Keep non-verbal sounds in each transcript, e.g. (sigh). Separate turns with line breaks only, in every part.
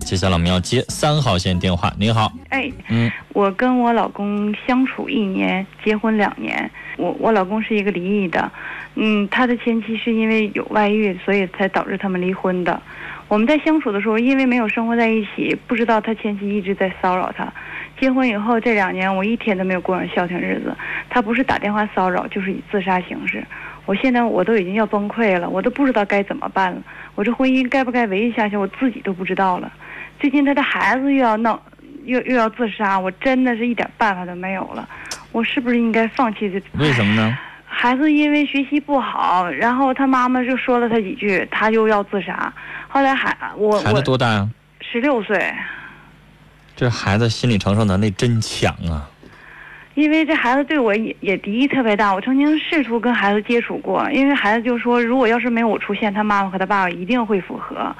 接下来我们要接三号线电话。您好，
哎，
嗯，
我跟我老公相处一年，结婚两年。我我老公是一个离异的，嗯，他的前妻是因为有外遇，所以才导致他们离婚的。我们在相处的时候，因为没有生活在一起，不知道他前妻一直在骚扰他。结婚以后这两年，我一天都没有过上消停日子。他不是打电话骚扰，就是以自杀形式。我现在我都已经要崩溃了，我都不知道该怎么办了。我这婚姻该不该维系下去，我自己都不知道了。最近他的孩子又要闹，又又要自杀，我真的是一点办法都没有了。我是不是应该放弃这？
为什么呢？
孩子因为学习不好，然后他妈妈就说了他几句，他又要自杀。后来孩我
孩子
我
多大呀、啊
十六岁，
这孩子心理承受能力真强啊！
因为这孩子对我也也敌意特别大。我曾经试图跟孩子接触过，因为孩子就说，如果要是没有我出现，他妈妈和他爸爸一定会复合。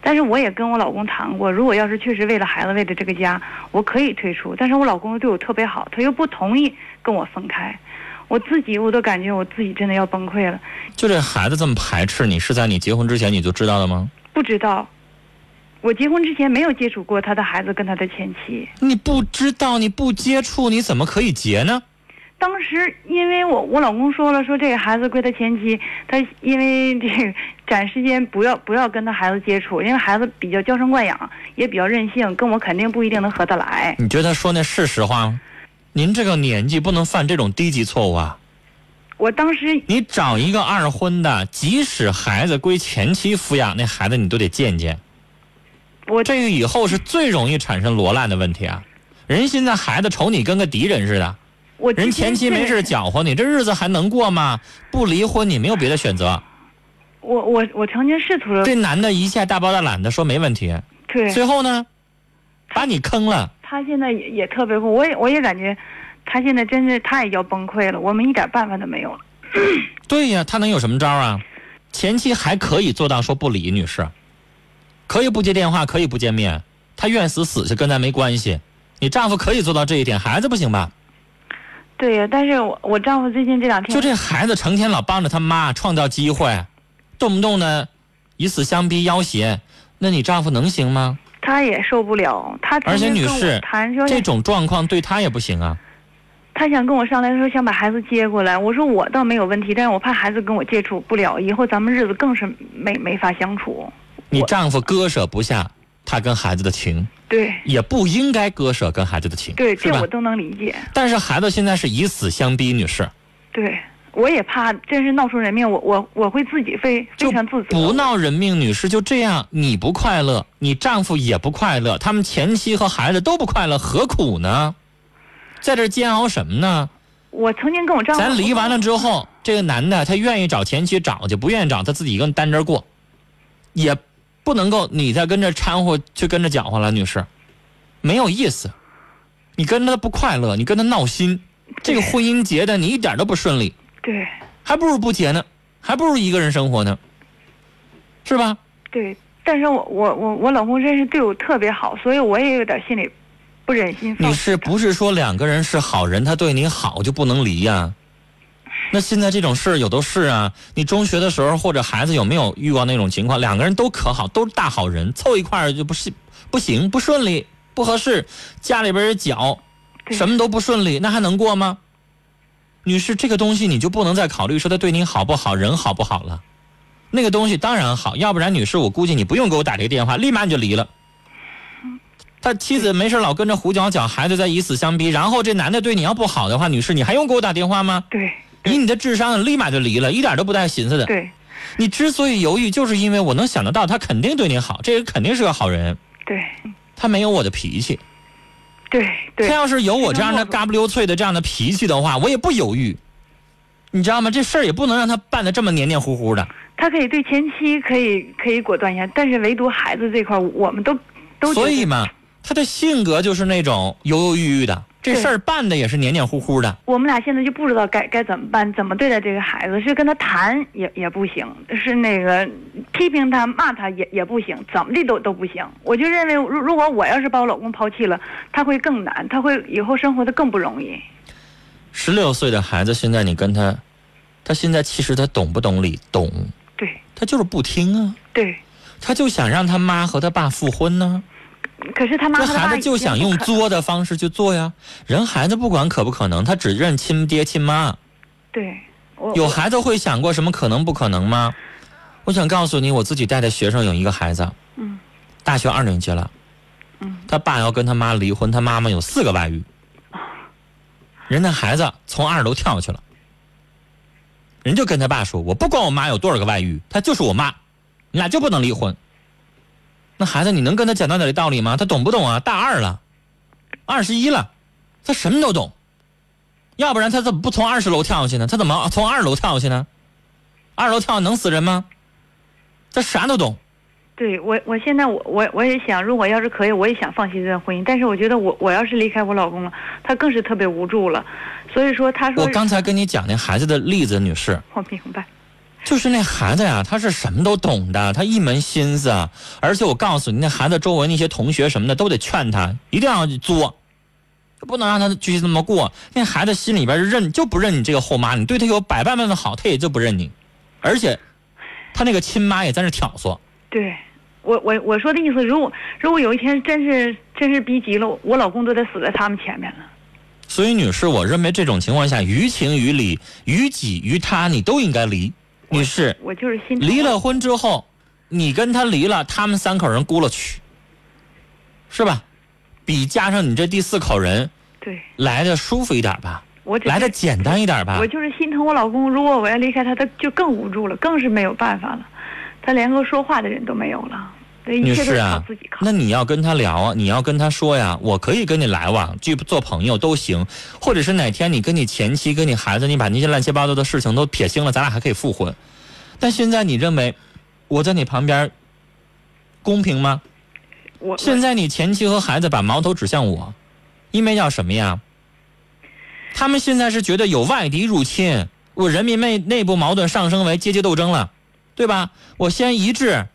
但是我也跟我老公谈过，如果要是确实为了孩子，为了这个家，我可以退出。但是我老公对我特别好，他又不同意跟我分开。我自己我都感觉我自己真的要崩溃了，
就这孩子这么排斥你，是在你结婚之前你就知道的吗？
不知道。我结婚之前没有接触过他的孩子跟他的前妻。
你不知道，你不接触，你怎么可以结呢？
当时因为我我老公说了，说这个孩子归他前妻，他因为这个暂时间不要不要跟他孩子接触，因为孩子比较娇生惯养，也比较任性，跟我肯定不一定能合得来。
你觉得他说那是实话吗？您这个年纪不能犯这种低级错误啊！
我当时
你找一个二婚的，即使孩子归前妻抚养，那孩子你都得见见。
我
这个以后是最容易产生罗烂的问题啊！人现在孩子瞅你跟个敌人似的，
我
(laughs)
之
人前妻没事
对
搅和你，这日子还能过吗？不离婚你没有别的选择。
我我我曾经试图了，
这男的一下大包大揽的说没问题，
对
最后呢，把你坑了。
他现在也也特别苦，我也我也感觉他现在真是他也要崩溃了，我们一点办法都没有了。
对呀，他能有什么招啊？前妻还可以做到说不理，女士，可以不接电话，可以不见面，他愿死死去，跟咱没关系。你丈夫可以做到这一点，孩子不行吧？
对呀，但是我我丈夫最近这两天
就这孩子成天老帮着他妈创造机会，动不动的以死相逼要挟，那你丈夫能行吗？
他也受不了，他曾
而且
经
女
跟我
士
谈说
这种状况对他也不行啊。
他想跟我上来说想把孩子接过来，我说我倒没有问题，但是我怕孩子跟我接触不了，以后咱们日子更是没没法相处。
你丈夫割舍不下他跟孩子的情，
对
也不应该割舍跟孩子的情，
对，
是
这
吧
我？都能理解。
但是孩子现在是以死相逼，女士。
对，我也怕真是闹出人命，我我我会自己非非
就
常自责。
不闹人命，女士就这样，你不快乐，你丈夫也不快乐，他们前妻和孩子都不快乐，何苦呢？在这儿煎熬什么呢？
我曾经跟我丈夫
咱离完了之后，这个男的他愿意找前妻找去，不愿意找他自己一个人单着过，也不能够你再跟着掺和去跟着搅和了，女士，没有意思。你跟着他不快乐，你跟他闹心，这个婚姻结的你一点都不顺利，
对
还不如不结呢，还不如一个人生活呢，是吧？
对，但是我我我我老公真是对我特别好，所以我也有点心里不忍心放
你
弃
是
他。
不是说两个人是好人，他对你好就不能离呀、那现在这种事儿有的是啊。你中学的时候或者孩子有没有遇到那种情况？两个人都可好，都是大好人，凑一块儿就不是不行，不顺利，不合适，家里边儿也搅，
对
什么都不顺利，那还能过吗？女士，这个东西你就不能再考虑说他对你好不好，人好不好了。那个东西当然好，要不然女士，我估计你不用给我打这个电话，立马你就离了。他妻子没事老跟着胡搅搅，孩子在以死相逼，然后这男的对你要不好的话，女士，你还用给我打电话吗？
对
以你的智商，立马就离了，一点都不带寻思的。
对
你之所以犹豫，就是因为我能想得到，他肯定对你好，这人肯定是个好人，
对
他没有我的脾气。
对
他
对，
要是有我这样的
非常
嘎不溜脆的这样的脾气的话，我也不犹豫，你知道吗？这事儿也不能让他办的这么黏黏糊糊的。
他可以对前妻可以可以果断一下，但是唯独孩子这块儿，我们都都觉得
所以嘛，他的性格就是那种犹犹豫豫的，这
对
事儿办的也是黏黏糊糊的。
我们俩现在就不知道该该怎么办，怎么对待这个孩子，是跟他谈也也不行，是那个批评他、骂他也也不行，怎么的都都不行。我就认为，如如果我要是把我老公抛弃了，他会更难，他会以后生活的更不容易。
十六岁的孩子，现在你跟他，他现在其实他懂不懂理？懂，
对
他就是不听啊，
对，
他就想让他妈和他爸复婚呢、
可是他妈
这
和他
孩
爸
子就
已经
想
不
用
肯
作的方式去做呀。人孩子不管可不可能，他只认亲爹亲妈。
对，我
有孩子会想过什么可能不可能吗？我想告诉你，我自己带的学生有一个孩子，
嗯
大学二年级了，
嗯
他爸要跟他妈离婚，他妈妈有四个外遇，
啊
人家孩子从二楼跳下去了，人就跟他爸说：“我不管我妈有多少个外遇，她就是我妈，你俩就不能离婚。”那孩子，你能跟他讲到点道理吗？他懂不懂啊？大二了，二十一了，他什么都懂，要不然他怎么不从二十楼跳下去呢？他怎么从二楼跳下去呢？二楼跳能死人吗？他啥都懂。
对我，我现在我我我也想，如果要是可以，我也想放弃这段婚姻。但是我觉得我我要是离开我老公了，他更是特别无助了。所以说，他说
我刚才跟你讲那孩子的例子，女士，
我明白，
就是那孩子呀，他是什么都懂的，他一门心思，啊而且我告诉你，那孩子周围那些同学什么的都得劝他，一定要作，不能让他继续这么过。那孩子心里边认就不认你这个后妈，你对他有百般般的好，他也就不认你，而且他那个亲妈也在那挑唆。
对我我我说的意思，如果如果有一天真是真是逼急了，我老公都得死在他们前面了。
所以，女士，我认为这种情况下，于情于理、于己于他，你都应该离。女士，
我就是心疼
离了婚之后，你跟他离了，他们三口人咕噜去，是吧？比加上你这第四口人
对
来的舒服一点吧，
我只
来啊的
是
简单一点吧
我。就是心疼我老公，如果我要离开他，他就更无助了，更是没有办法了，他连个说话的人都没有了，这一
女士
切都是靠
啊
自己，靠
那。你要跟他聊啊，你要跟他说呀，我可以跟你来往，去做朋友都行，或者是哪天你跟你前妻、跟你孩子，你把那些乱七八糟的事情都撇清了，咱俩还可以复婚。但现在你认为我在你旁边公平吗？
我我
现在你前妻和孩子把矛头指向我，因为叫什么呀？他们现在是觉得有外敌入侵，我人民内内部矛盾上升为阶级斗争了，对吧？我先一致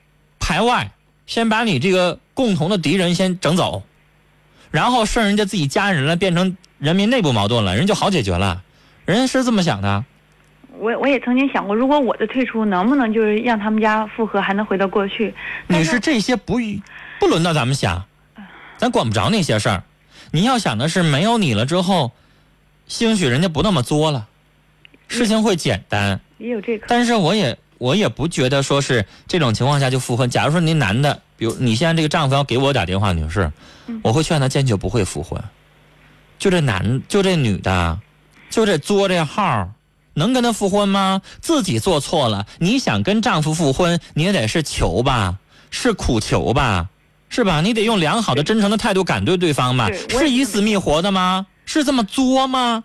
排外，先把你这个共同的敌人先整走，然后剩人家自己家人了，变成人民内部矛盾了，人就好解决了。人家是这么想的，
我我也曾经想过，如果我的退出，能不能就是让他们家复合，还能回到过去？但
女士，这些不不轮到咱们想，咱管不着那些事儿。你要想的是，没有你了之后，兴许人家不那么作了，事情会简单。
也有这个，
但是我也我也不觉得说是这种情况下就复婚。假如说您男的，比如你现在这个丈夫要给我打电话，女士
嗯，
我会劝他坚决不会复婚。就这男，就这女的，就这作这号儿，能跟他复婚吗？自己做错了，你想跟丈夫复婚，你也得是求吧，是苦求吧，是吧？你得用良好的、真诚的态度感对对方吧
对。我也
是以
这么
死灭活的吗？是这么作吗？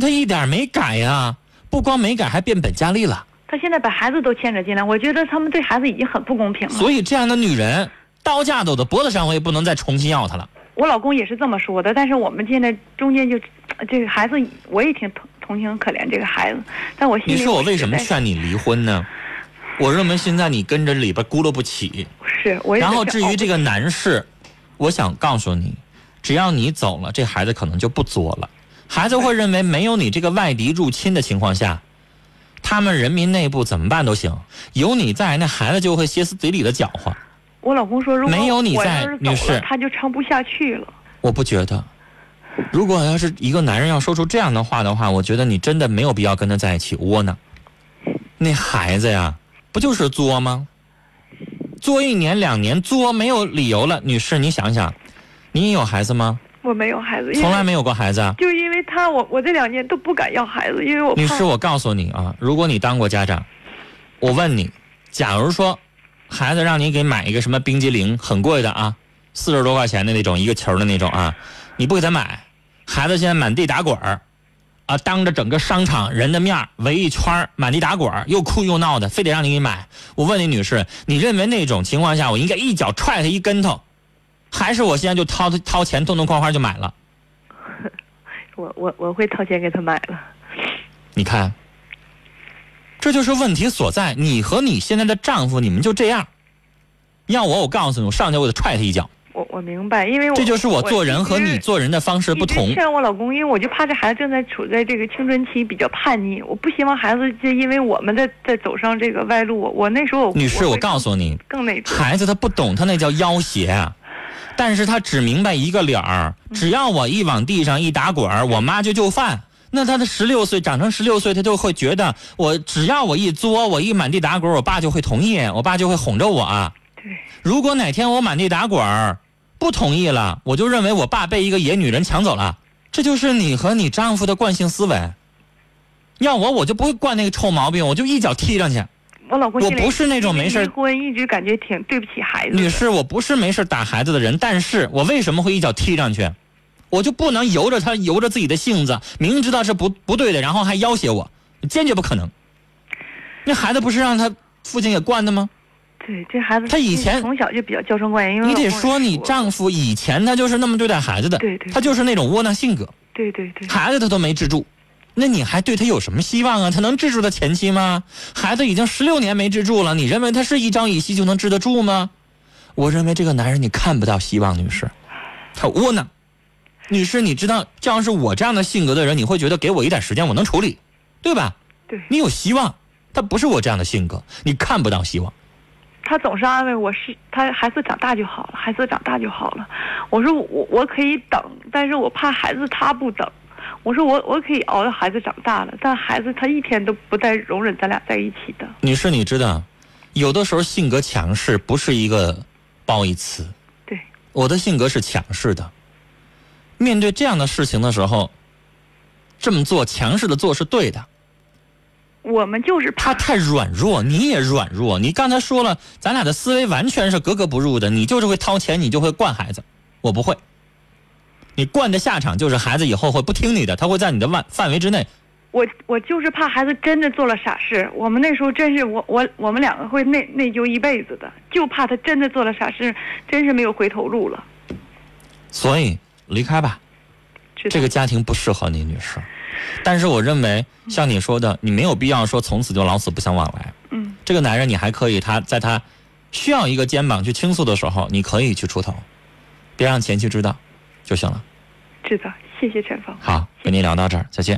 他一点儿没改呀、不光没改，还变本加厉了。
他现在把孩子都牵扯进来，我觉得他们对孩子已经很不公平了。
所以这样的女人，刀架在我的脖子上，我也不能再重新要她了。
我老公也是这么说的，但是我们现在中间就，这个孩子我也挺同同情可怜这个孩子，但我心里
你说我为什么
实在
劝你离婚呢？我认为现在你跟着里边咕噜不起。
是哦我也
然后
是
至于这个男士，我想告诉你，只要你走了，这孩子可能就不作了。孩子会认为没有你这个外敌入侵的情况下，他们人民内部怎么办都行，有你在，那孩子就会歇斯底里的搅和。
我老公说，如果
没有你
我要
在
是
女
走了
士
他就撑不下去了。
我不觉得。如果要是一个男人要说出这样的话的话，我觉得你真的没有必要跟他在一起窝囊。那孩子呀，不就是作吗？作一年两年，作没有理由了。女士，你想想，你有孩子吗？
我没有孩子，因为
从来没有过孩子啊。
就因为他，我我这两年都不敢要孩子，因为我怕
女士，我告诉你啊，如果你当过家长，我问你，假如说孩子让你给买一个什么冰激凌，很贵的啊，四十多块钱的那种，一个球儿的那种啊，你不给他买，孩子现在满地打滚儿，啊，当着整个商场人的面儿围一圈儿，满地打滚儿，又哭又闹的，非得让你给买。我问你，女士，你认为那种情况下，我应该一脚踹他一跟头，还是我现在就掏掏钱痛痛快快就买了？
我我我会掏钱给他买了。
你看，这就是问题所在。你和你现在的丈夫，你们就这样。要我，我告诉你，我上去我得踹他一脚。
我我明白，因为我
这就是我做人和你做人的方式
的
不同。
劝我老公，因为我就怕这孩子正在处在这个青春期，比较叛逆，我不希望孩子就因为我们在在走上这个歪路。我我那时候我
女士，
我
我
会
告诉你，
更那种，
孩子他不懂，他那叫要挟啊。但是他只明白一个理儿，只要我一往地上一打滚儿，我妈就就范。那他的十六岁长成十六岁，他就会觉得我只要我一作，我一满地打滚儿，我爸就会同意，我爸就会哄着我。啊
对，
如果哪天我满地打滚儿不同意了，我就认为我爸被一个野女人抢走了。这就是你和你丈夫的惯性思维。要我，我就不会惯那个臭毛病，我就一脚踢上去。
我老公
我
现在
不是那种
因为
没事儿
离婚一直感觉挺对不起孩子的。
女士，我不是没事打孩子的人，但是我为什么会一脚踢上去？我就不能由着他，由着自己的性子，明知道是不不对的，然后还要挟我，坚决不可能。那孩子不是让他父亲给惯的吗？
对，这孩子
她以前
从小就比较娇生惯养，因为
你
嗯我
得
老公
说你
我
丈夫以前他就是那么对待孩子的，
对对
他就是那种窝囊性格，
对对对
孩子他都没治住，那你还对他有什么希望啊？他能治住他前妻吗？孩子已经十六年没治住了，你认为他是一朝一夕就能治得住吗？我认为这个男人你看不到希望，女士，他窝囊。女士，你知道，这要是我这样的性格的人，你会觉得给我一点时间，我能处理，对吧？
对，
你有希望，他不是我这样的性格，你看不到希望。
他总是安慰我是他孩子长大就好了，孩子长大就好了。我说我我可以等，但是我怕孩子他不等。我说我我可以熬到孩子长大了，但孩子他一天都不带容忍咱俩在一起的。
女士，你知道，有的时候性格强势不是一个褒义词，
对，
我的性格是强势的，面对这样的事情的时候，这么做强势的做是对的。
我们就是
他
怕
太软弱，你也软弱。你刚才说了，咱俩的思维完全是格格不入的。你就是会掏钱，你就会惯孩子，我不会。你惯的下场就是孩子以后会不听你的，他会在你的范范围之内。
我我就是怕孩子真的做了傻事。我们那时候真是我我我们两个会内内疚一辈子的，就怕他真的做了傻事，真是没有回头路了。
所以离开吧，
知道
这个家庭不适合你，女士。但是我认为，像你说的，你没有必要说从此就老死不相往来。
嗯
这个男人你还可以，他在他需要一个肩膀去倾诉的时候，你可以去出头，别让前妻知道就行了。
知道，谢谢陈峰。
好，跟你聊到这儿，再见。